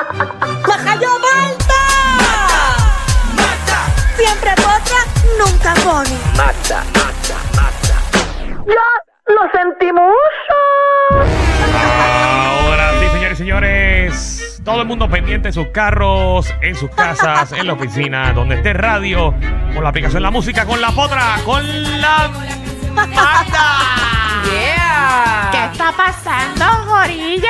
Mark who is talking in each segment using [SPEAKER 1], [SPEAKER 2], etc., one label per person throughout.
[SPEAKER 1] ¡Majayo Malta! Siempre potra, nunca pone. ¡Ya lo sentimos!
[SPEAKER 2] Ahora sí, señores y señores. Todo el mundo pendiente en sus carros, en sus casas, en la oficina, donde esté radio, con la aplicación La Música, con la potra, con la mata.
[SPEAKER 3] Yeah.
[SPEAKER 4] ¿Qué está pasando, Jorillo?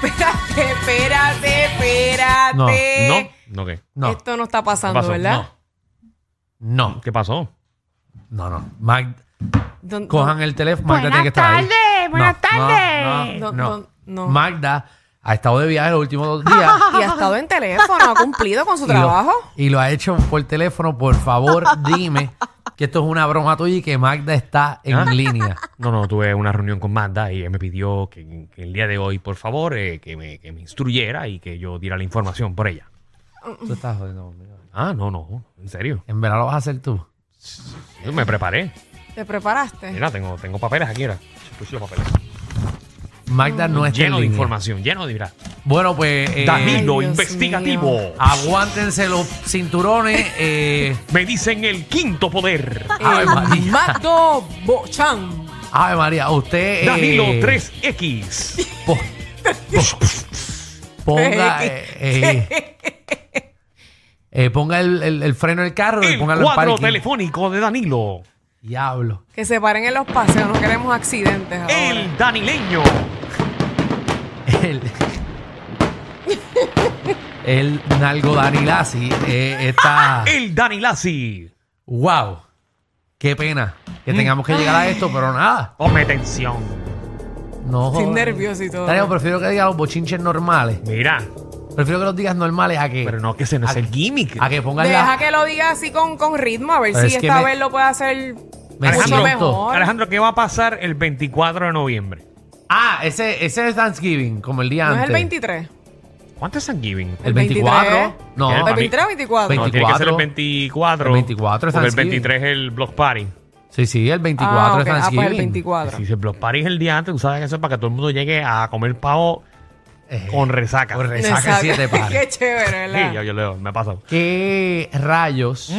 [SPEAKER 3] Espérate, espérate, espérate.
[SPEAKER 5] No,
[SPEAKER 2] ¿No? ¿No qué?
[SPEAKER 5] No,
[SPEAKER 3] Esto no está
[SPEAKER 2] ¿Qué
[SPEAKER 3] pasando,
[SPEAKER 2] pasó?
[SPEAKER 3] ¿verdad?
[SPEAKER 5] no,
[SPEAKER 2] ¿Qué pasó?
[SPEAKER 5] no, no. Mag-
[SPEAKER 3] Don-
[SPEAKER 5] cojan el teléfono. Magda
[SPEAKER 4] Buenas
[SPEAKER 5] tiene que estar ahí.
[SPEAKER 4] tardes, buenas
[SPEAKER 5] No, no,
[SPEAKER 4] tardes.
[SPEAKER 5] No,
[SPEAKER 3] Don-
[SPEAKER 5] no.
[SPEAKER 3] don- no.
[SPEAKER 5] Magda ha estado de viaje los últimos dos días.
[SPEAKER 3] Y ha estado en teléfono, ha cumplido con su
[SPEAKER 5] y lo-
[SPEAKER 3] trabajo.
[SPEAKER 5] Y lo, ha hecho por teléfono. Por favor, dime que esto es una broma tuya y que Magda está en
[SPEAKER 2] ¿Ah?
[SPEAKER 5] línea.
[SPEAKER 2] No, no, tuve una reunión con Magda y ella me pidió que, que el día de hoy, por favor, eh, que, me, que me instruyera y que yo diera la información por ella.
[SPEAKER 5] Tú estás jodiendo conmigo.
[SPEAKER 2] Ah, no, no, en serio.
[SPEAKER 5] En verdad lo vas a hacer tú.
[SPEAKER 2] Yo me preparé.
[SPEAKER 3] ¿Te preparaste?
[SPEAKER 2] Mira, tengo, tengo papeles aquí, mira. Puse los papeles.
[SPEAKER 5] Magda no está
[SPEAKER 2] Lleno
[SPEAKER 5] en
[SPEAKER 2] de
[SPEAKER 5] línea.
[SPEAKER 2] información, lleno de... Mira.
[SPEAKER 5] Bueno, pues. eh,
[SPEAKER 2] Danilo
[SPEAKER 3] Ay, Dios
[SPEAKER 2] Investigativo.
[SPEAKER 5] Aguántense los cinturones. Eh,
[SPEAKER 2] Me dicen el quinto poder.
[SPEAKER 5] Ave
[SPEAKER 3] El
[SPEAKER 5] María.
[SPEAKER 3] Magdo Bochan.
[SPEAKER 5] Ave María, usted. eh,
[SPEAKER 2] Danilo 3X.
[SPEAKER 5] po- po- ponga. eh, eh, eh, ponga el, el- el freno del carro y
[SPEAKER 2] El
[SPEAKER 5] póngalo en
[SPEAKER 2] cuadro
[SPEAKER 5] parking.
[SPEAKER 2] telefónico de Danilo.
[SPEAKER 5] Diablo.
[SPEAKER 3] Que se paren en los paseos, no queremos accidentes ahora.
[SPEAKER 2] El danileño.
[SPEAKER 5] El, el Nalgo Danilasi eh, está.
[SPEAKER 2] El Danilasi.
[SPEAKER 5] ¡Wow! ¡Qué pena que tengamos que llegar a esto, pero nada.
[SPEAKER 2] Ponme tensión.
[SPEAKER 5] No,
[SPEAKER 3] Estoy
[SPEAKER 5] joder.
[SPEAKER 3] nervioso y todo.
[SPEAKER 5] Danilo, prefiero que digas los bochinches normales.
[SPEAKER 2] Mira,
[SPEAKER 5] Prefiero que los digas normales a que,
[SPEAKER 2] pero no, que ese no es el gimmick.
[SPEAKER 5] a que pongas
[SPEAKER 3] Deja
[SPEAKER 5] la.
[SPEAKER 3] que lo diga así con, con ritmo, a ver
[SPEAKER 5] Pero
[SPEAKER 3] si
[SPEAKER 5] es que
[SPEAKER 3] esta
[SPEAKER 5] me-
[SPEAKER 3] vez lo puede hacer
[SPEAKER 5] me
[SPEAKER 3] mucho
[SPEAKER 2] siento-
[SPEAKER 3] mejor.
[SPEAKER 2] Alejandro, ¿qué va a pasar el 24 de noviembre?
[SPEAKER 5] Ah, ese, ese es Thanksgiving, como el día
[SPEAKER 3] ¿No es
[SPEAKER 5] antes.
[SPEAKER 3] el 23?
[SPEAKER 2] ¿Cuánto es Thanksgiviving?
[SPEAKER 5] El
[SPEAKER 3] el
[SPEAKER 5] 24.
[SPEAKER 3] 23.
[SPEAKER 5] No,
[SPEAKER 2] ¿Qué?
[SPEAKER 3] ¿El 23 o 24?
[SPEAKER 2] No, tiene que ser el
[SPEAKER 5] 24.
[SPEAKER 2] 24.
[SPEAKER 5] El 24 es
[SPEAKER 2] Porque el
[SPEAKER 5] Thanksgiving.
[SPEAKER 2] 23 es el Block Party.
[SPEAKER 5] sí, sí, el 24
[SPEAKER 3] ah, ok.
[SPEAKER 5] es
[SPEAKER 3] Ah,
[SPEAKER 5] Thanksgiving.
[SPEAKER 3] pues el 24.
[SPEAKER 2] Si el Block Party es el día antes, tú sabes que eso es para que todo el mundo llegue a comer pavo
[SPEAKER 5] Eh,
[SPEAKER 2] con resaca.
[SPEAKER 5] con
[SPEAKER 3] Me
[SPEAKER 5] resaca
[SPEAKER 3] saca-
[SPEAKER 5] siete
[SPEAKER 3] Qué
[SPEAKER 5] pares.
[SPEAKER 3] chévere,
[SPEAKER 2] Sí,
[SPEAKER 3] ¿verdad?
[SPEAKER 2] yo, yo leo, me ha pasado.
[SPEAKER 5] ¿Qué rayos?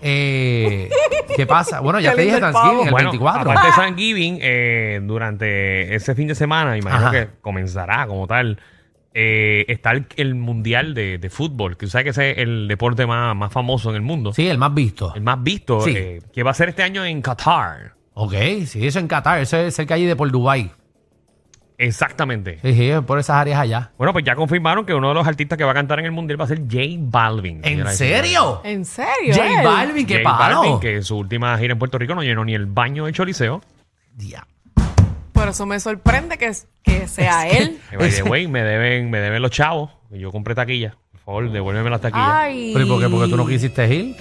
[SPEAKER 5] Eh, ¿Qué pasa? Bueno, ya
[SPEAKER 3] ¿Mm? Qué
[SPEAKER 5] te
[SPEAKER 3] lindo
[SPEAKER 5] dije
[SPEAKER 3] el
[SPEAKER 5] Thanksgiving, el Ah.
[SPEAKER 2] Bueno,
[SPEAKER 5] 24.
[SPEAKER 2] Aparte de San Giving, durante ese fin de semana, imagino
[SPEAKER 5] Ajá.
[SPEAKER 2] que comenzará como tal. eh, está el, el mundial de, de fútbol, que tú sabes que ese es el deporte más, más famoso en el mundo,
[SPEAKER 5] Sí, el más visto.
[SPEAKER 2] el más visto,
[SPEAKER 5] Sí.
[SPEAKER 2] eh, que va a ser este año en Qatar.
[SPEAKER 5] Ok, sí, eso en Qatar, eso es cerca allí de por Dubái.
[SPEAKER 2] Exactamente.
[SPEAKER 5] Sí, sí, por esas áreas allá.
[SPEAKER 2] Bueno, pues ya confirmaron que uno de los artistas que va a cantar en el mundial va a ser J Balvin.
[SPEAKER 5] ¿En
[SPEAKER 2] señoras y señores.
[SPEAKER 5] serio?
[SPEAKER 3] ¿En serio? eh?
[SPEAKER 5] J
[SPEAKER 3] él?
[SPEAKER 5] Balvin, qué
[SPEAKER 2] J Balvin,
[SPEAKER 5] palo.
[SPEAKER 2] que en su última gira en Puerto Rico no llenó ni el baño de Choliseo.
[SPEAKER 5] Dia-
[SPEAKER 3] Por eso me sorprende que, que sea él.
[SPEAKER 2] Que, Eh, by the way, me deben, me deben los chavos. que Yo compré taquilla. Por favor, devuélveme las taquillas.
[SPEAKER 3] Ay.
[SPEAKER 5] ¿Pero y por qué? ¿Porque tú no quisiste ir?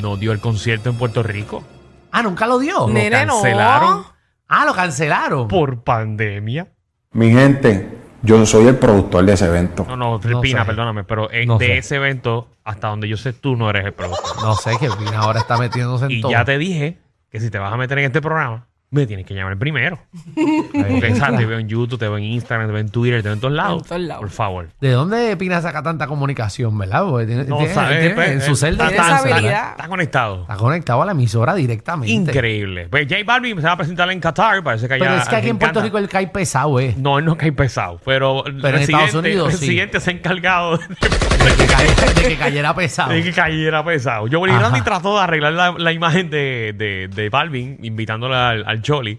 [SPEAKER 2] no dio el concierto en Puerto Rico.
[SPEAKER 5] Ah, nunca lo dio.
[SPEAKER 3] Ne- Nene, no.
[SPEAKER 2] cancelaron
[SPEAKER 5] Ah, lo cancelaron.
[SPEAKER 2] por pandemia.
[SPEAKER 6] Mi gente, yo soy el productor de ese evento.
[SPEAKER 2] No, no, Filipina,
[SPEAKER 5] sé.
[SPEAKER 2] perdóname, pero eh,
[SPEAKER 5] No
[SPEAKER 2] de
[SPEAKER 5] sé.
[SPEAKER 2] ese evento, hasta donde yo sé, tú no eres el productor.
[SPEAKER 5] No sé qué Pina ahora está metiéndose en
[SPEAKER 2] Y
[SPEAKER 5] todo.
[SPEAKER 2] ya te dije que si te vas a meter en este programa, me tienes que llamar primero. Porque, ¿sabes? te veo en YouTube, te veo en Instagram, te veo en Twitter, te veo en todos lados.
[SPEAKER 3] En todos lados.
[SPEAKER 2] Por favor.
[SPEAKER 5] ¿De dónde Pina saca tanta comunicación, verdad? Porque tiene,
[SPEAKER 2] No
[SPEAKER 5] tiene-
[SPEAKER 2] sabes,
[SPEAKER 5] tiene
[SPEAKER 2] pues,
[SPEAKER 5] en su
[SPEAKER 2] eh,
[SPEAKER 5] celda.
[SPEAKER 3] tiene esa
[SPEAKER 2] está- está-
[SPEAKER 3] habilidad.
[SPEAKER 2] está conectado.
[SPEAKER 5] Está conectado a la emisora directamente.
[SPEAKER 2] Increíble. Pues J Balvin se va a presentar en Qatar. Parece que allá
[SPEAKER 5] Pero es que
[SPEAKER 2] le
[SPEAKER 5] aquí en Puerto
[SPEAKER 2] encanta.
[SPEAKER 5] Rico el cae pesado, eh.
[SPEAKER 2] No, él no cae pesado, pero,
[SPEAKER 5] Pero
[SPEAKER 2] el
[SPEAKER 5] en
[SPEAKER 2] presidente-
[SPEAKER 5] Estados Unidos,
[SPEAKER 2] el
[SPEAKER 5] sí.
[SPEAKER 2] presidente se ha encargado de
[SPEAKER 5] De que, cae- de que cayera pesado.
[SPEAKER 2] de que cayera pesado. Yo
[SPEAKER 5] Ajá.
[SPEAKER 2] Randy trató de arreglar la, la imagen de, de, de Balvin, invitándola al, al Choli,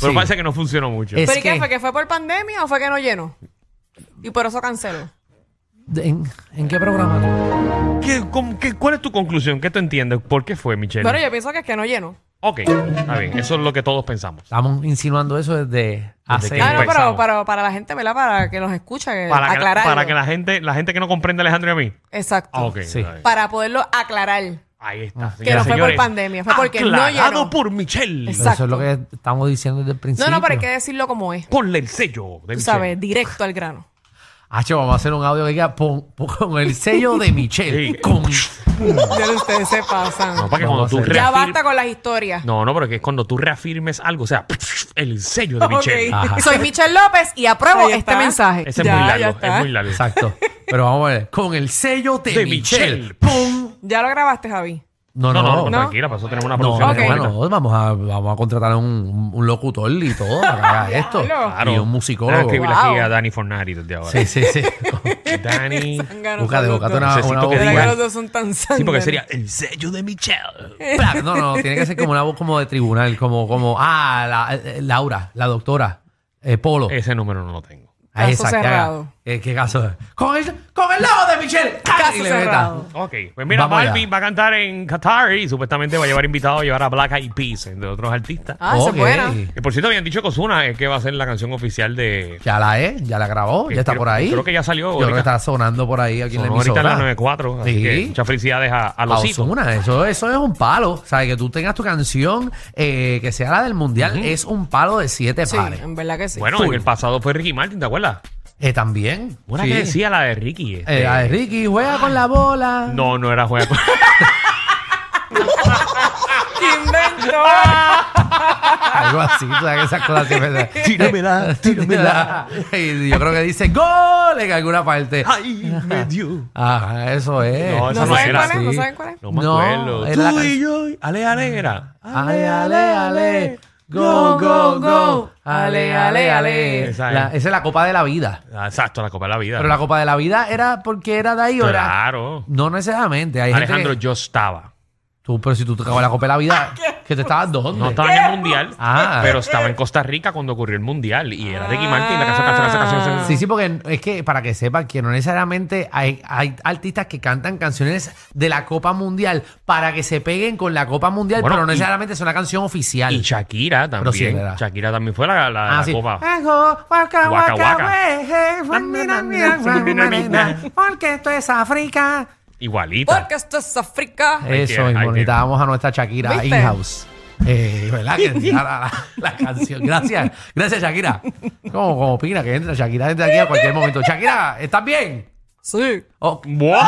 [SPEAKER 2] pero
[SPEAKER 5] Sí.
[SPEAKER 2] parece que no funcionó mucho.
[SPEAKER 5] Es
[SPEAKER 3] ¿Pero y qué
[SPEAKER 5] que-
[SPEAKER 3] fue? ¿Que fue por pandemia o fue que no llenó? Y por eso canceló.
[SPEAKER 5] De- ¿En, en qué programa tú?
[SPEAKER 2] ¿Qué- cómo- qué- ¿Cuál es tu conclusión? ¿Qué tú entiendes? ¿Por qué fue, Michelle?
[SPEAKER 3] Pero yo pienso que es que no llenó.
[SPEAKER 2] Ok, está bien. Eso es lo que todos pensamos.
[SPEAKER 5] Estamos insinuando eso desde hace...
[SPEAKER 2] que-
[SPEAKER 3] Ah, no,
[SPEAKER 2] pensamos.
[SPEAKER 3] pero, pero para la gente, ¿verdad? Para que nos escucha, que
[SPEAKER 2] Para que,
[SPEAKER 3] aclararlo.
[SPEAKER 2] para que la gente la gente que no comprende a Alejandro y a mí.
[SPEAKER 3] Exacto.
[SPEAKER 2] Ah, ok.
[SPEAKER 5] Sí.
[SPEAKER 2] está bien.
[SPEAKER 3] Para poderlo aclarar.
[SPEAKER 2] Ahí está.
[SPEAKER 3] Que
[SPEAKER 2] señoras y
[SPEAKER 3] no fue por
[SPEAKER 2] señores.
[SPEAKER 3] pandemia, fue porque no
[SPEAKER 2] Aclarado
[SPEAKER 3] llenó.
[SPEAKER 2] por Michelle.
[SPEAKER 3] Exacto.
[SPEAKER 5] Pero Eso es lo que estamos diciendo desde el
[SPEAKER 3] No,
[SPEAKER 5] principio.
[SPEAKER 3] no, pero hay que decirlo como es.
[SPEAKER 2] Ponle el sello de
[SPEAKER 3] Tú
[SPEAKER 2] Michelle.
[SPEAKER 3] sabes, directo al grano.
[SPEAKER 5] Hacho, vamos a hacer un audio que diga pon- pon- con el sello de Michelle.
[SPEAKER 2] Sí.
[SPEAKER 5] Con-
[SPEAKER 3] Ya ustedes se pasan.
[SPEAKER 2] No, para que
[SPEAKER 5] No,
[SPEAKER 2] cuando
[SPEAKER 5] no
[SPEAKER 2] tú
[SPEAKER 5] sé.
[SPEAKER 3] ya
[SPEAKER 2] reafir-
[SPEAKER 3] basta con las historias.
[SPEAKER 2] No, no, pero que es cuando tú reafirmes algo, o sea, el sello de Michelle.
[SPEAKER 3] Ok.
[SPEAKER 5] Ajá.
[SPEAKER 3] Soy Michelle López y apruebo
[SPEAKER 4] Ahí
[SPEAKER 3] este
[SPEAKER 4] está.
[SPEAKER 3] mensaje.
[SPEAKER 2] Ese
[SPEAKER 3] Ya,
[SPEAKER 2] es muy
[SPEAKER 3] ya
[SPEAKER 2] largo,
[SPEAKER 3] está.
[SPEAKER 2] es muy largo.
[SPEAKER 5] Exacto. Pero vamos a ver. Con el sello de,
[SPEAKER 2] De
[SPEAKER 5] Michelle.
[SPEAKER 2] Michelle.
[SPEAKER 5] Pon-
[SPEAKER 3] Ya lo grabaste, Javi.
[SPEAKER 5] No,
[SPEAKER 2] No,
[SPEAKER 5] no,
[SPEAKER 2] no, no,
[SPEAKER 5] no.
[SPEAKER 2] tranquila, para eso tenemos una
[SPEAKER 5] No,
[SPEAKER 2] producción.
[SPEAKER 3] ok.
[SPEAKER 2] muy buena.
[SPEAKER 5] bueno, vamos a, vamos a contratar a un, un locutor y todo para que haga esto.
[SPEAKER 2] Claro.
[SPEAKER 5] Y un
[SPEAKER 2] Tengo
[SPEAKER 5] musicólogo.
[SPEAKER 2] que escribirle aquí
[SPEAKER 3] Wow.
[SPEAKER 2] a Dani Fornari desde ahora.
[SPEAKER 5] Sí, sí, sí.
[SPEAKER 2] Dani.
[SPEAKER 3] Zánganos
[SPEAKER 5] Busca de
[SPEAKER 3] los
[SPEAKER 5] buscate
[SPEAKER 3] dos.
[SPEAKER 5] una,
[SPEAKER 2] Necesito
[SPEAKER 5] una
[SPEAKER 2] que
[SPEAKER 5] voz
[SPEAKER 3] ¿Verdad que
[SPEAKER 2] diga-
[SPEAKER 5] igual.
[SPEAKER 3] los dos son tan
[SPEAKER 2] Sí, porque
[SPEAKER 3] zánganos?
[SPEAKER 2] sería el sello de Michelle.
[SPEAKER 5] Plac. No, no, tiene que ser como una voz como de tribunal, como, como, ah, la- eh, Laura, la doctora, eh, Polo.
[SPEAKER 2] Ese número no lo tengo.
[SPEAKER 5] Ahí
[SPEAKER 3] Caso
[SPEAKER 5] esa que haga.
[SPEAKER 3] cerrado.
[SPEAKER 5] Eh, ¿Qué caso es? Con el, con el lado de Michelle. ¡Ah!
[SPEAKER 3] Caso
[SPEAKER 5] Y le meta.
[SPEAKER 3] cerrado.
[SPEAKER 2] Ok, pues mira,
[SPEAKER 5] Vamos allá.
[SPEAKER 2] Balvin va a cantar en Qatar y supuestamente va a llevar invitados a llevar a Black Eyed Peas, entre otros artistas.
[SPEAKER 3] Ah, esa es
[SPEAKER 5] Ok.
[SPEAKER 3] buena.
[SPEAKER 2] Y por cierto, habían dicho que Ozuna es que va a ser la canción oficial de...
[SPEAKER 5] Ya la es, ya la grabó,
[SPEAKER 2] Que
[SPEAKER 5] ya está
[SPEAKER 2] creo-
[SPEAKER 5] por ahí.
[SPEAKER 2] creo que ya salió
[SPEAKER 5] Yo
[SPEAKER 2] ahorita.
[SPEAKER 5] creo que está sonando por ahí aquí en la
[SPEAKER 2] Sonó ahorita en la
[SPEAKER 5] emisora.
[SPEAKER 2] 94, así
[SPEAKER 5] Sí.
[SPEAKER 2] que muchas felicidades a, a los hijos.
[SPEAKER 5] Ozuna, eso, eso es un palo. O sea, que tú tengas tu canción eh, que sea la del mundial es un palo de siete
[SPEAKER 3] Sí,
[SPEAKER 5] pares.
[SPEAKER 3] en verdad que sí.
[SPEAKER 2] Bueno, en el pasado fue Ricky Martin, ¿te acuerdas?
[SPEAKER 5] Eh, también.
[SPEAKER 2] Una
[SPEAKER 5] sí.
[SPEAKER 2] que decía la de Ricky. este,
[SPEAKER 5] Eh, la de Ricky, juega con la bola.
[SPEAKER 2] No, no era juego.
[SPEAKER 3] ¡Qué invento!
[SPEAKER 5] Algo así, o sea, que esas cosas siempre se-
[SPEAKER 2] Tíramela, tíramela.
[SPEAKER 5] Y yo creo que dice gol en alguna parte.
[SPEAKER 2] Ay, me dio.
[SPEAKER 5] Ajá, eso es.
[SPEAKER 2] No, esa
[SPEAKER 3] ¿No
[SPEAKER 2] no
[SPEAKER 3] saben
[SPEAKER 2] era
[SPEAKER 3] cuál es? ¿No saben cuál es?
[SPEAKER 2] No me
[SPEAKER 5] No,
[SPEAKER 2] acuerdo.
[SPEAKER 5] era la
[SPEAKER 2] Tú
[SPEAKER 5] can-
[SPEAKER 2] y yo, y- Ale, Ale era.
[SPEAKER 5] Ah, Ale, ale, ale. Go, go, go. Ale, ale, ale.
[SPEAKER 2] Esa es.
[SPEAKER 5] La- esa es la copa de la vida.
[SPEAKER 2] Ah, Exacto, la Copa de la Vida.
[SPEAKER 5] Pero la copa de la vida era porque era de ahí o era.
[SPEAKER 2] Claro.
[SPEAKER 5] No necesariamente. Hay
[SPEAKER 2] Alejandro,
[SPEAKER 5] gente que-
[SPEAKER 2] yo estaba.
[SPEAKER 5] tú, pero si tú tocabas la copa de la vida, que te estabas dónde.
[SPEAKER 2] No estaba en el Mundial,
[SPEAKER 5] Ah.
[SPEAKER 2] pero estaba en Costa Rica cuando ocurrió el Mundial. Y era Ricky Martin, la casa, casa, casa, casa, casa.
[SPEAKER 5] Sí, sí, porque es que para que sepan que no necesariamente hay, hay artistas que cantan canciones de la Copa Mundial para que se peguen con la Copa Mundial,
[SPEAKER 2] Bueno,
[SPEAKER 5] pero no
[SPEAKER 2] y-
[SPEAKER 5] necesariamente es una canción oficial.
[SPEAKER 2] Y Shakira
[SPEAKER 5] Ah. Pero sí,
[SPEAKER 2] también.
[SPEAKER 5] era.
[SPEAKER 2] Shakira también fue la, la- la
[SPEAKER 5] Ah, sí.
[SPEAKER 2] Copa.
[SPEAKER 5] Hago waka,
[SPEAKER 2] Waka,
[SPEAKER 5] waka,
[SPEAKER 2] waka.
[SPEAKER 5] wey,
[SPEAKER 2] na, na, na, na.
[SPEAKER 5] Porque esto es África.
[SPEAKER 2] Igualita.
[SPEAKER 3] Porque esto es África.
[SPEAKER 2] Ahí
[SPEAKER 5] Eso,
[SPEAKER 2] tiene, ahí
[SPEAKER 5] bonita.
[SPEAKER 2] tiene.
[SPEAKER 5] Vamos a nuestra Shakira
[SPEAKER 3] ¿Viste?
[SPEAKER 5] in-house. Eh, ¿Verdad? Que la, la- la canción. Gracias. Gracias, Shakira. Como, como opina que entra Shakira, entra aquí a cualquier momento. Shakira, ¿estás bien?
[SPEAKER 3] Sí.
[SPEAKER 5] Oh,
[SPEAKER 2] ¡Wow!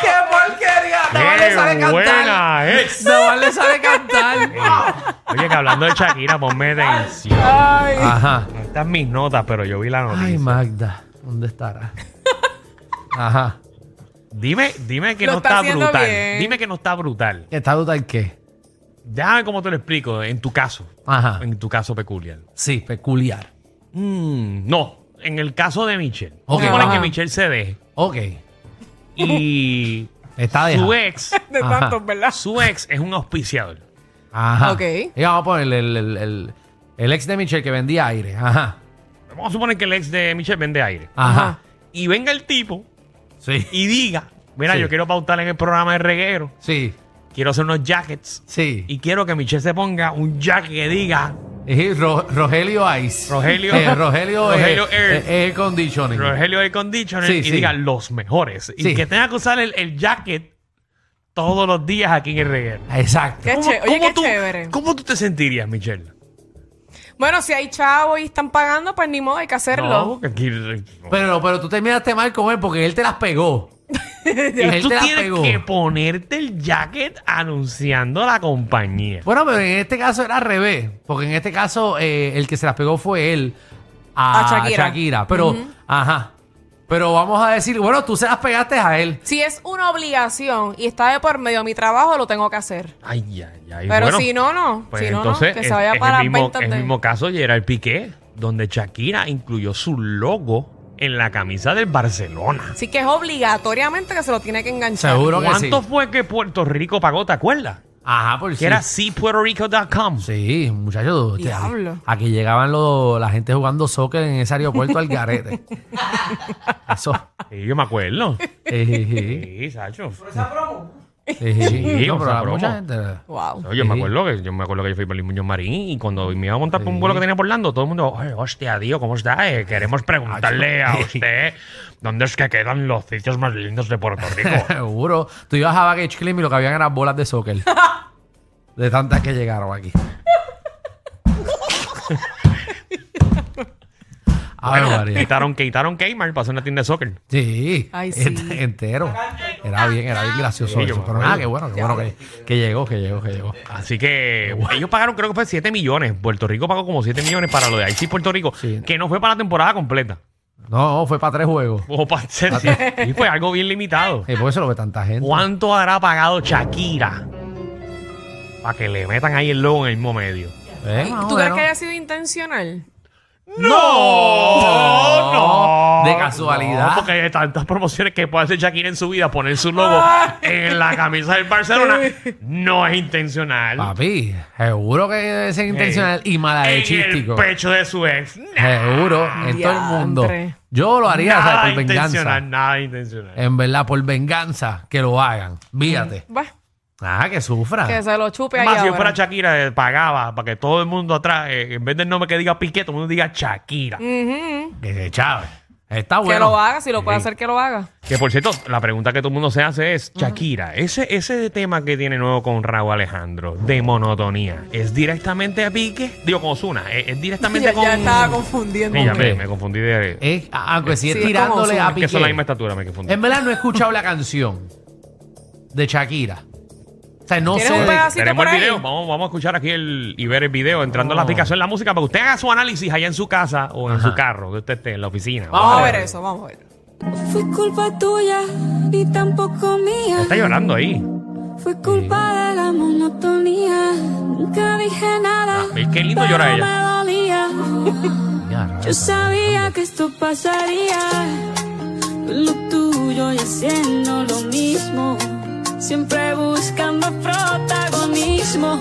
[SPEAKER 5] ¡Qué porquería! No le sabe
[SPEAKER 2] ¡Qué
[SPEAKER 5] cantar.
[SPEAKER 2] buena es!
[SPEAKER 5] No le sabe cantar.
[SPEAKER 2] Oye, que hablando de Shakira, ponme atención.
[SPEAKER 3] Ay.
[SPEAKER 5] Ajá.
[SPEAKER 2] No están mis notas, pero yo vi la noticia.
[SPEAKER 5] Ay, Magda. ¿Dónde estará? Ajá.
[SPEAKER 2] Dime, dime que
[SPEAKER 3] Lo
[SPEAKER 2] no
[SPEAKER 3] está
[SPEAKER 2] está,
[SPEAKER 3] haciendo
[SPEAKER 2] brutal.
[SPEAKER 3] bien.
[SPEAKER 2] Dime que no está brutal.
[SPEAKER 5] ¿Está brutal qué?
[SPEAKER 2] Déjame cómo te lo explico, en tu caso.
[SPEAKER 5] Ajá.
[SPEAKER 2] En tu caso peculiar.
[SPEAKER 5] Sí, peculiar.
[SPEAKER 2] Mm, no, en el caso de Michelle.
[SPEAKER 5] Ok,
[SPEAKER 2] Supone
[SPEAKER 5] ajá.
[SPEAKER 2] que Michelle se deje.
[SPEAKER 5] Ok.
[SPEAKER 2] Y
[SPEAKER 5] Está de.
[SPEAKER 2] su ex,
[SPEAKER 3] De
[SPEAKER 5] Ajá.
[SPEAKER 3] tantos, ¿verdad?
[SPEAKER 2] su ex es un auspiciador.
[SPEAKER 5] Ajá.
[SPEAKER 3] Ok.
[SPEAKER 5] Y vamos a ponerle el, el, el- el ex de Michelle que vendía aire. Ajá.
[SPEAKER 2] Vamos a suponer que el ex de Michelle vende aire.
[SPEAKER 5] Ajá.
[SPEAKER 2] Y venga el tipo
[SPEAKER 5] Sí.
[SPEAKER 2] y diga, mira,
[SPEAKER 5] Sí.
[SPEAKER 2] yo quiero pautar en el programa de reguero,
[SPEAKER 5] Sí.
[SPEAKER 2] quiero hacer unos jackets
[SPEAKER 5] Sí.
[SPEAKER 2] y quiero que Michelle se ponga un jacket que diga
[SPEAKER 5] Y Ro- Rogelio Ice.
[SPEAKER 2] Rogelio-
[SPEAKER 5] Eh, Rogelio, eh,
[SPEAKER 2] Rogelio Air.
[SPEAKER 5] eh, Air Conditioning.
[SPEAKER 2] Rogelio Air Conditioner
[SPEAKER 5] Sí,
[SPEAKER 2] y
[SPEAKER 5] sí.
[SPEAKER 2] diga los mejores. Y
[SPEAKER 5] Sí.
[SPEAKER 2] que tenga que usar el, el jacket todos los días aquí en el reguero.
[SPEAKER 5] Exacto.
[SPEAKER 3] Qué che- Oye, qué
[SPEAKER 2] tú,
[SPEAKER 3] chévere.
[SPEAKER 2] ¿Cómo tú te sentirías, Michelle?
[SPEAKER 3] Bueno, si hay chavo y están pagando, pues ni modo, hay que hacerlo.
[SPEAKER 2] No, que aquí- eh, no.
[SPEAKER 5] Pero, pero tú terminaste mal con él porque él te las pegó.
[SPEAKER 2] Y
[SPEAKER 5] él
[SPEAKER 2] tú
[SPEAKER 5] te las
[SPEAKER 2] tienes
[SPEAKER 5] pegó.
[SPEAKER 2] que ponerte el jacket anunciando la compañía.
[SPEAKER 5] Bueno, pero en este caso era al revés. Porque en este caso eh, el que se las pegó fue él a,
[SPEAKER 3] A Shakira.
[SPEAKER 5] Shakira. Pero, ajá. Pero vamos a decir, bueno, tú se las pegaste a él.
[SPEAKER 3] Si es una obligación y está de por medio de mi trabajo, lo tengo que hacer.
[SPEAKER 2] Ay, ay, ay.
[SPEAKER 3] Pero
[SPEAKER 2] bueno,
[SPEAKER 3] si no, no.
[SPEAKER 2] pues
[SPEAKER 3] si no, no.
[SPEAKER 2] entonces
[SPEAKER 3] Que
[SPEAKER 2] es,
[SPEAKER 3] se vaya
[SPEAKER 2] es
[SPEAKER 3] para
[SPEAKER 2] el mismo,
[SPEAKER 3] ventas
[SPEAKER 2] es el
[SPEAKER 3] de-
[SPEAKER 2] mismo caso de Gerard Piqué, donde Shakira incluyó su logo en la camisa del Barcelona.
[SPEAKER 3] Así que es obligatoriamente que se lo tiene que enganchar.
[SPEAKER 5] Seguro que sí.
[SPEAKER 2] ¿Cuánto fue que Puerto Rico pagó? ¿Te acuerdas?
[SPEAKER 5] Ajá, por
[SPEAKER 2] Que
[SPEAKER 5] sí.
[SPEAKER 2] era cpuertorico.com.
[SPEAKER 5] Sí, muchachos. te-
[SPEAKER 3] Diablo.
[SPEAKER 5] Aquí llegaban los- la gente jugando soccer en ese aeropuerto al garete. Eso. eh,
[SPEAKER 2] Sí, yo me acuerdo.
[SPEAKER 5] Sí,
[SPEAKER 2] Sí, Sacho.
[SPEAKER 5] sí, sí.
[SPEAKER 2] Sí,
[SPEAKER 5] eh, No, pero
[SPEAKER 2] esa
[SPEAKER 5] la-
[SPEAKER 2] promo.
[SPEAKER 5] mucha gente-
[SPEAKER 3] Wow.
[SPEAKER 2] No, yo me
[SPEAKER 5] Sí.
[SPEAKER 2] acuerdo que yo me acuerdo que yo fui por Luis Muñoz Marín y cuando me iba a montar por un
[SPEAKER 5] Sí.
[SPEAKER 2] vuelo que tenía por Orlando, todo el mundo, "Ay, hostia, tío, ¿cómo está? Eh, queremos preguntarle a usted ¿eh? dónde es que quedan los sitios más lindos de Puerto Rico.
[SPEAKER 5] Seguro. Tú ibas a Baggage Claim y lo que habían eran bolas de soccer. de tantas que llegaron aquí. A ver, María.
[SPEAKER 2] Quitaron, quitaron Kmart para hacer una tienda de soccer.
[SPEAKER 5] Sí,
[SPEAKER 3] Ay,
[SPEAKER 5] ent-
[SPEAKER 3] sí.
[SPEAKER 5] entero. Era bien, era bien gracioso
[SPEAKER 2] Sí, yo
[SPEAKER 5] eso. Pero
[SPEAKER 2] me acuerdo.
[SPEAKER 5] nada, qué bueno, qué bueno que, que llegó, que llegó, que llegó.
[SPEAKER 2] Así que ellos pagaron, creo que fue 7 millones. Puerto Rico pagó como 7 millones para lo de Haití Puerto Rico,
[SPEAKER 5] Sí.
[SPEAKER 2] que no fue para la temporada completa.
[SPEAKER 5] No, no, fue para tres juegos.
[SPEAKER 2] O para
[SPEAKER 5] Ah,
[SPEAKER 2] ser, y fue algo bien limitado.
[SPEAKER 5] Y por Eh, eso lo ve tanta gente.
[SPEAKER 2] ¿Cuánto habrá pagado Shakira para que le metan ahí el logo en el mismo medio? Ah,
[SPEAKER 5] Eh, más o
[SPEAKER 3] ¿Tú crees
[SPEAKER 5] menos.
[SPEAKER 3] que haya sido intencional?
[SPEAKER 2] ¡No!
[SPEAKER 5] Oh, No,
[SPEAKER 2] ¡No!
[SPEAKER 5] de casualidad.
[SPEAKER 2] No, porque hay tantas promociones que puede hacer Shakira en su vida, poner su logo en la camisa del Barcelona, no es intencional.
[SPEAKER 5] Papi, seguro que debe ser intencional y
[SPEAKER 2] en el
[SPEAKER 5] malhechístico.
[SPEAKER 2] pecho de su ex. Nada
[SPEAKER 5] Seguro, en todo el mundo.
[SPEAKER 3] Diantre.
[SPEAKER 5] Yo lo haría,
[SPEAKER 2] nada
[SPEAKER 5] ¿sabes? Por venganza.
[SPEAKER 2] intencional, nada intencional.
[SPEAKER 5] En verdad, por venganza, que lo hagan. Víate.
[SPEAKER 3] Va,
[SPEAKER 5] Ah, que sufra.
[SPEAKER 3] que se lo chupe ahí
[SPEAKER 2] Más si yo
[SPEAKER 3] ahora.
[SPEAKER 2] fuera Shakira, eh, pagaba para que todo el mundo atrás, eh, en vez del nombre que diga Piqué, todo el mundo diga Shakira.
[SPEAKER 3] Ujú.
[SPEAKER 5] Que se chave. Está
[SPEAKER 3] Que
[SPEAKER 5] bueno.
[SPEAKER 3] lo haga, si lo puede hacer, que lo haga.
[SPEAKER 2] Que por cierto, la pregunta que todo el mundo se hace es, Shakira, ese, ese tema que tiene nuevo con Raúl Alejandro, de monotonía, ¿es directamente a Pique? Digo, con Osuna, ¿es, es directamente
[SPEAKER 3] Ya,
[SPEAKER 2] con...?
[SPEAKER 3] ya estaba confundiendo.
[SPEAKER 2] Sí, ya me,
[SPEAKER 5] hombre.
[SPEAKER 2] me confundí de...
[SPEAKER 5] Eh, aunque si es
[SPEAKER 3] Sí, es como
[SPEAKER 5] tirándole
[SPEAKER 3] Ozuna.
[SPEAKER 5] a
[SPEAKER 2] que son la misma
[SPEAKER 5] Piqué.
[SPEAKER 2] estatura, me confundí.
[SPEAKER 5] En verdad no he escuchado la canción de Shakira. O sea, no
[SPEAKER 3] ¿Tienes
[SPEAKER 5] sé.
[SPEAKER 3] un
[SPEAKER 5] de-
[SPEAKER 3] pedacito
[SPEAKER 2] Tenemos
[SPEAKER 3] por
[SPEAKER 2] el
[SPEAKER 3] ahí?
[SPEAKER 2] video, vamos, vamos a escuchar aquí el, y ver el video, entrando a
[SPEAKER 5] Ah.
[SPEAKER 2] la aplicación de la música, para que usted haga su análisis allá en su casa o en su carro, donde usted esté, en la oficina.
[SPEAKER 3] Vamos a
[SPEAKER 5] Ah.
[SPEAKER 3] ver eso, vamos a ver.
[SPEAKER 7] Fue culpa tuya, ni tampoco mía.
[SPEAKER 2] Está llorando ahí.
[SPEAKER 7] Fue culpa de la monotonía. Nunca dije nada.
[SPEAKER 2] Ah, qué lindo llora
[SPEAKER 7] pero
[SPEAKER 2] ella.
[SPEAKER 7] me dolía.
[SPEAKER 5] Ya, raro.
[SPEAKER 7] Yo sabía que esto pasaría. Lo tuyo y haciendo lo mismo. Siempre buscando protagonismo.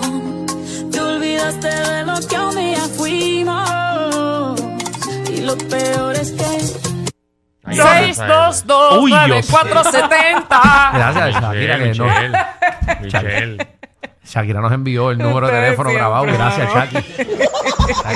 [SPEAKER 7] Te olvidaste de lo que un día fuimos. Y lo peor es que
[SPEAKER 2] Ahí está, está ahí. Uy, Dios.
[SPEAKER 3] 470.
[SPEAKER 5] Gracias, Shakira,
[SPEAKER 2] Michelle,
[SPEAKER 5] que no-
[SPEAKER 2] Michelle, Michelle.
[SPEAKER 5] Shakira nos envió el número de
[SPEAKER 3] Ustedes
[SPEAKER 5] teléfono grabado.
[SPEAKER 3] siempre,
[SPEAKER 5] Gracias,
[SPEAKER 3] ¿no?
[SPEAKER 5] Shakira.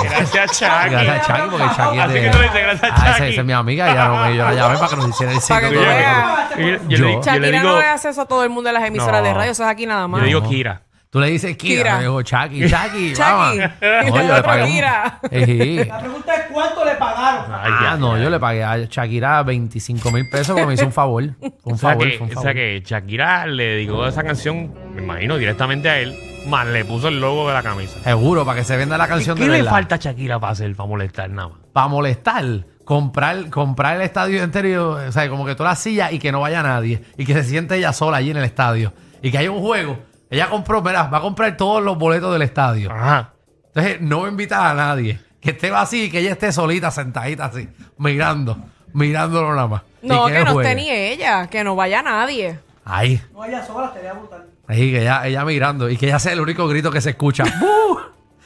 [SPEAKER 2] Gracias, Shaki.
[SPEAKER 5] Gracias, Shakira, porque Shakira.
[SPEAKER 2] Así que tú le dices, gracias,
[SPEAKER 5] Ah, esa,
[SPEAKER 2] Shaki.
[SPEAKER 5] esa es mi amiga, ya no me yo la llamé para que nos hiciera el
[SPEAKER 3] Para que
[SPEAKER 5] sitio.
[SPEAKER 2] Sí,
[SPEAKER 3] tú
[SPEAKER 2] yo-
[SPEAKER 5] todo.
[SPEAKER 3] veas.
[SPEAKER 2] yo- yo- yo
[SPEAKER 5] Yo-
[SPEAKER 2] le- yo
[SPEAKER 3] Shakira
[SPEAKER 2] le digo,
[SPEAKER 3] no le hace eso a todo el mundo en las emisoras
[SPEAKER 2] No.
[SPEAKER 3] de radio, eso es aquí nada
[SPEAKER 2] yo
[SPEAKER 3] más.
[SPEAKER 2] le digo Kira.
[SPEAKER 5] Tú le dices Kira,
[SPEAKER 3] Kira.
[SPEAKER 5] me dijo Shaki, Shaki, vamos.
[SPEAKER 3] Shaki. Y
[SPEAKER 5] No,
[SPEAKER 3] el
[SPEAKER 5] yo le
[SPEAKER 3] otro,
[SPEAKER 5] pagué. un-
[SPEAKER 3] Kira.
[SPEAKER 5] Ejí.
[SPEAKER 8] pregunta es cuánto le pagaron.
[SPEAKER 2] Ay,
[SPEAKER 5] Ah,
[SPEAKER 2] ya,
[SPEAKER 5] no,
[SPEAKER 2] ya.
[SPEAKER 5] yo le pagué a Shakira 25 mil pesos porque me hizo un favor. Un
[SPEAKER 2] O sea,
[SPEAKER 5] favor,
[SPEAKER 2] que,
[SPEAKER 5] fue un
[SPEAKER 2] o
[SPEAKER 5] favor.
[SPEAKER 2] sea que Shakira le dedicó esa canción, me imagino, directamente a él, más le puso el logo de la camisa.
[SPEAKER 5] Seguro, para que se venda la canción
[SPEAKER 2] ¿Qué
[SPEAKER 5] de
[SPEAKER 2] le
[SPEAKER 5] verdad.
[SPEAKER 2] falta a Shakira para hacer, para molestar nada más?
[SPEAKER 5] Para molestar, comprar, comprar el estadio entero, o sea, como que toda la silla y que no vaya nadie. Y que se siente ella sola allí en el estadio. Y que haya un juego. Ella compró, verás, va a comprar todos los boletos del estadio.
[SPEAKER 2] Ajá.
[SPEAKER 5] Entonces, no va a invitar a nadie. Que esté así y que ella esté solita, sentadita así, mirando, mirándolo nada más.
[SPEAKER 3] No,
[SPEAKER 5] Y
[SPEAKER 3] que
[SPEAKER 5] él
[SPEAKER 3] no
[SPEAKER 5] juegue.
[SPEAKER 3] esté ni ella, que no vaya nadie.
[SPEAKER 5] Ahí.
[SPEAKER 8] No, ella sola te voy a botar.
[SPEAKER 5] Ahí, que ella, ella mirando y que ella sea el único grito que se escucha. ¡Bú!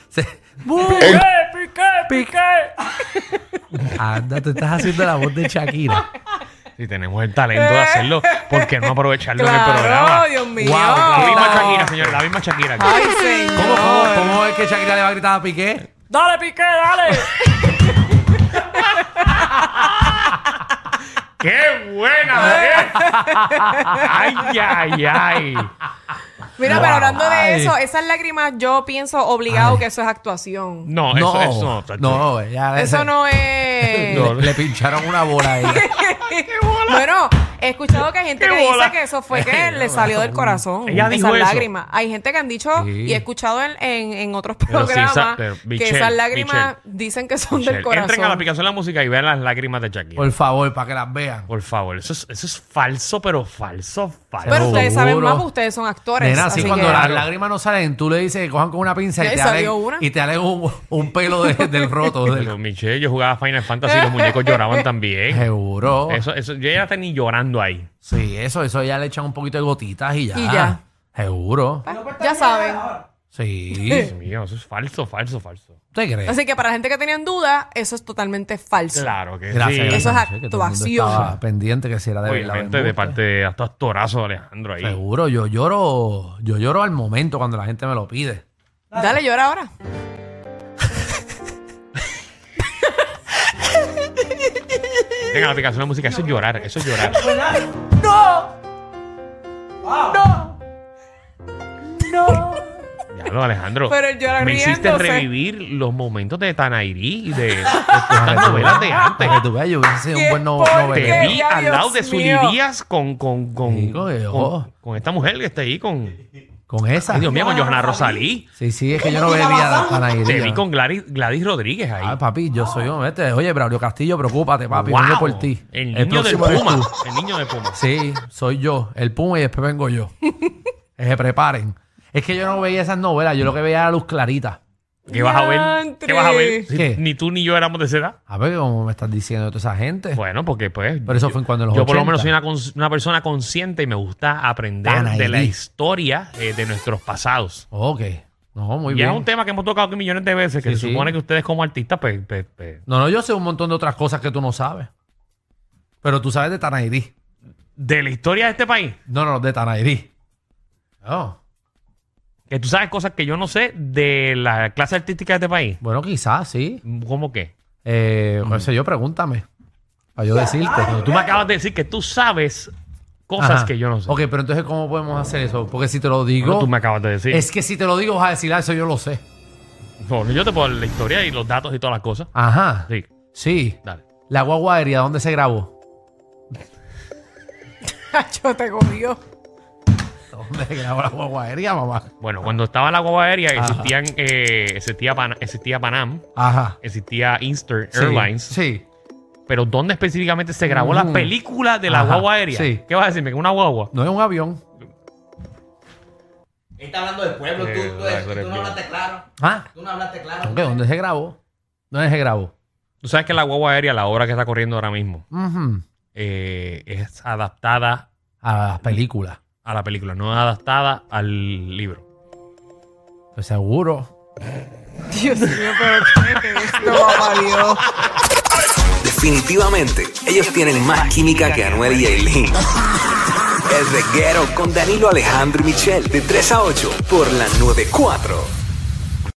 [SPEAKER 5] Se- ¡Bú! Anda, tú estás haciendo la voz de Shakira.
[SPEAKER 2] Si tenemos el talento de hacerlo, ¿por qué no aprovecharlo en el programa?
[SPEAKER 3] Eh. Claro, Dios mío.
[SPEAKER 5] Guau,
[SPEAKER 2] La
[SPEAKER 5] No.
[SPEAKER 2] misma Shakira, señor, la misma Shakira.
[SPEAKER 3] Ay,
[SPEAKER 5] ¿Cómo,
[SPEAKER 3] señor.
[SPEAKER 5] cómo, cómo es que Shakira le va a gritar a Piqué?
[SPEAKER 3] Dale, Piqué, dale.
[SPEAKER 2] ¡Qué buena! ¡Ay, ay, ay!
[SPEAKER 3] Mira,
[SPEAKER 5] Wow.
[SPEAKER 3] pero hablando de
[SPEAKER 5] Ay.
[SPEAKER 3] eso, esas lágrimas yo pienso obligado
[SPEAKER 5] Ay.
[SPEAKER 3] que eso es actuación.
[SPEAKER 2] No, eso, eso no.
[SPEAKER 5] no, ella-
[SPEAKER 3] Eso no es...
[SPEAKER 5] Le, le pincharon una bola a ella.
[SPEAKER 3] Bueno, he escuchado que hay gente
[SPEAKER 2] ¡Qué
[SPEAKER 3] que
[SPEAKER 2] bola!
[SPEAKER 3] dice que eso fue que le salió del corazón.
[SPEAKER 2] Ella dijo
[SPEAKER 3] esas
[SPEAKER 2] eso.
[SPEAKER 3] lágrimas. Hay gente que han dicho
[SPEAKER 5] Sí.
[SPEAKER 3] y he escuchado en, en- en otros
[SPEAKER 2] Pero sí,
[SPEAKER 3] programas
[SPEAKER 2] esa- pero Michelle,
[SPEAKER 3] que esas lágrimas dicen que son del
[SPEAKER 2] Michelle,
[SPEAKER 3] corazón.
[SPEAKER 2] Entren a la aplicación de la música y vean las lágrimas de Shakira. Por,
[SPEAKER 5] Por favor, para que las vean.
[SPEAKER 2] favor, eso es, eso es falso, pero falso, falso.
[SPEAKER 3] Pero ustedes
[SPEAKER 5] Seguro.
[SPEAKER 3] saben más, porque ustedes son actores.
[SPEAKER 5] Nena, así
[SPEAKER 3] así
[SPEAKER 5] cuando
[SPEAKER 3] que-
[SPEAKER 5] las lágrimas no salen, tú le dices que cojan con una pinza
[SPEAKER 3] Ya,
[SPEAKER 5] y
[SPEAKER 3] y
[SPEAKER 5] te
[SPEAKER 3] salió
[SPEAKER 5] alen,
[SPEAKER 3] una.
[SPEAKER 5] y te alen un, un pelo de- del roto.
[SPEAKER 2] Pero,
[SPEAKER 5] del-
[SPEAKER 2] Michelle, yo jugaba Final Fantasy y los muñecos lloraban también.
[SPEAKER 5] Seguro.
[SPEAKER 2] Eso, eso, yo ya tenía llorando ahí.
[SPEAKER 5] Sí, eso, eso ya le echan un poquito de gotitas y ya.
[SPEAKER 3] Y ya.
[SPEAKER 5] Seguro.
[SPEAKER 3] Ah, ya saben.
[SPEAKER 5] Sí.
[SPEAKER 2] Dios mío, eso es falso, falso, falso.
[SPEAKER 5] ¿Usted cree?
[SPEAKER 3] Así que para la gente que tenían dudas, eso es totalmente falso.
[SPEAKER 2] Claro que
[SPEAKER 5] Gracias.
[SPEAKER 2] sí.
[SPEAKER 5] gracias,
[SPEAKER 3] Eso es
[SPEAKER 5] Michelle, que todo el mundo
[SPEAKER 3] actuación.
[SPEAKER 5] estaba pendiente que si era de verdad. o
[SPEAKER 2] Obviamente,
[SPEAKER 5] embuste.
[SPEAKER 2] de parte de hasta actorazo de Alejandro ahí.
[SPEAKER 5] Seguro, yo lloro, yo lloro al momento cuando la gente me lo pide.
[SPEAKER 3] Dale, llora ahora.
[SPEAKER 2] Venga, la aplicación de música, eso es llorar, eso es llorar.
[SPEAKER 8] Pues ¡No! ¡No!
[SPEAKER 2] Ya lo Claro, Alejandro.
[SPEAKER 3] Pero el llorar
[SPEAKER 2] Me hiciste
[SPEAKER 3] riéndose.
[SPEAKER 2] revivir los momentos de Tanairí y de, de estas novelas de antes.
[SPEAKER 5] Para que tú veas, yo hubiese sido un
[SPEAKER 3] Qué
[SPEAKER 5] buen no-
[SPEAKER 3] porquería.
[SPEAKER 2] Te
[SPEAKER 5] novelero.
[SPEAKER 2] vi
[SPEAKER 3] Ya,
[SPEAKER 2] al
[SPEAKER 3] Dios
[SPEAKER 2] lado de
[SPEAKER 3] mío.
[SPEAKER 2] Zulibías con, con, con,
[SPEAKER 5] Chico, qué
[SPEAKER 2] con-
[SPEAKER 5] ojo.
[SPEAKER 2] con esta mujer que está ahí, con.
[SPEAKER 5] Con esa.
[SPEAKER 2] Ay, Dios mío, con
[SPEAKER 8] Johanna
[SPEAKER 2] Johanna
[SPEAKER 8] Rosalí.
[SPEAKER 2] Rosalí.
[SPEAKER 5] Sí, sí, es que yo no bebía tan ahí.
[SPEAKER 2] Te vi con Gladys, Gladys Rodríguez ahí.
[SPEAKER 5] Ah, papi, yo soy un vete. Oye, Braulio Castillo, preocúpate, papi.
[SPEAKER 2] Wow.
[SPEAKER 5] Vengo por ti.
[SPEAKER 2] El niño del
[SPEAKER 5] próximo eres
[SPEAKER 2] Puma.
[SPEAKER 5] tú.
[SPEAKER 2] El niño de Puma.
[SPEAKER 5] Sí, soy yo, el Puma y después vengo yo. Que se preparen. Es que yo no veía esas novelas, yo lo que veía era Luz Clarita.
[SPEAKER 2] ¿Qué vas a ver? ¿Qué
[SPEAKER 3] Diantre.
[SPEAKER 2] vas a ver? Si
[SPEAKER 5] ¿Qué?
[SPEAKER 2] Ni tú ni yo éramos de esa edad.
[SPEAKER 5] A ver cómo me estás diciendo de toda esa gente.
[SPEAKER 2] Bueno, porque pues.
[SPEAKER 5] Pero eso fue cuando en los
[SPEAKER 2] Yo por lo
[SPEAKER 5] 80.
[SPEAKER 2] menos soy una, cons- una persona consciente y me gusta aprender
[SPEAKER 5] Tan ahí.
[SPEAKER 2] de la historia eh, de nuestros pasados.
[SPEAKER 5] Ok. No, muy
[SPEAKER 2] y
[SPEAKER 5] bien.
[SPEAKER 2] es un tema que hemos tocado aquí millones de veces, que
[SPEAKER 5] Sí,
[SPEAKER 2] se
[SPEAKER 5] sí.
[SPEAKER 2] supone que ustedes como artistas, pues, pues, pues,
[SPEAKER 5] No, no, yo sé un montón de otras cosas que tú no sabes. Pero tú sabes de Tanairí.
[SPEAKER 2] de la historia de este país,
[SPEAKER 5] No, no, de Oh, Tanairí. No.
[SPEAKER 2] que tú sabes cosas que yo no sé de la clase artística de este país.
[SPEAKER 5] Bueno, quizás, sí.
[SPEAKER 2] ¿Cómo qué?
[SPEAKER 5] Eh, no sé yo, pregúntame. Para yo decirte.
[SPEAKER 2] Tú me acabas de decir que tú sabes cosas
[SPEAKER 5] Ajá.
[SPEAKER 2] que yo no sé.
[SPEAKER 5] Ok, pero entonces, ¿cómo podemos hacer eso? Porque si te lo
[SPEAKER 2] Bueno,
[SPEAKER 5] digo.
[SPEAKER 2] tú me acabas de decir.
[SPEAKER 5] Es que si te lo digo, vas a decir, ah, eso yo lo sé.
[SPEAKER 2] No, yo te puedo la historia y los datos y todas las cosas.
[SPEAKER 5] Ajá.
[SPEAKER 2] Sí,
[SPEAKER 5] Sí.
[SPEAKER 2] dale.
[SPEAKER 5] La guagua aérea, ¿dónde se grabó?
[SPEAKER 3] Yo te cogió.
[SPEAKER 5] ¿Dónde se grabó la guagua aérea, mamá?
[SPEAKER 2] Bueno, cuando estaba la guagua aérea
[SPEAKER 5] Ajá.
[SPEAKER 2] existían, eh, existía, Pan- existía Panam,
[SPEAKER 5] Ajá.
[SPEAKER 2] existía Eastern
[SPEAKER 5] Sí,
[SPEAKER 2] Airlines.
[SPEAKER 5] Sí.
[SPEAKER 2] Pero ¿dónde específicamente se grabó la
[SPEAKER 5] Ujú.
[SPEAKER 2] película de la
[SPEAKER 5] Ajá,
[SPEAKER 2] guagua aérea?
[SPEAKER 5] sí.
[SPEAKER 2] ¿Qué vas a decirme? ¿Que una guagua?
[SPEAKER 5] No es un avión.
[SPEAKER 9] Él está hablando del pueblo,
[SPEAKER 2] Eh,
[SPEAKER 9] tú, tú,
[SPEAKER 2] verdad, tú
[SPEAKER 9] tú
[SPEAKER 2] eres
[SPEAKER 9] no
[SPEAKER 2] bien.
[SPEAKER 9] hablaste claro.
[SPEAKER 5] Ah.
[SPEAKER 9] Tú no hablaste claro.
[SPEAKER 5] ¿Con qué? ¿Dónde se grabó? ¿Dónde se grabó?
[SPEAKER 2] Tú sabes que la guagua aérea, la obra que está corriendo ahora mismo,
[SPEAKER 5] Ujú.
[SPEAKER 2] eh, es adaptada
[SPEAKER 5] A las películas.
[SPEAKER 2] a la película, no es adaptada al libro.
[SPEAKER 5] Pues seguro.
[SPEAKER 3] Dios mío, pero qué es esto, papá Dios.
[SPEAKER 10] Definitivamente, ellos tienen más química que Anuel y Aileen. El reguero con Danilo Alejandro y Michel de 3 a 8 por la 94.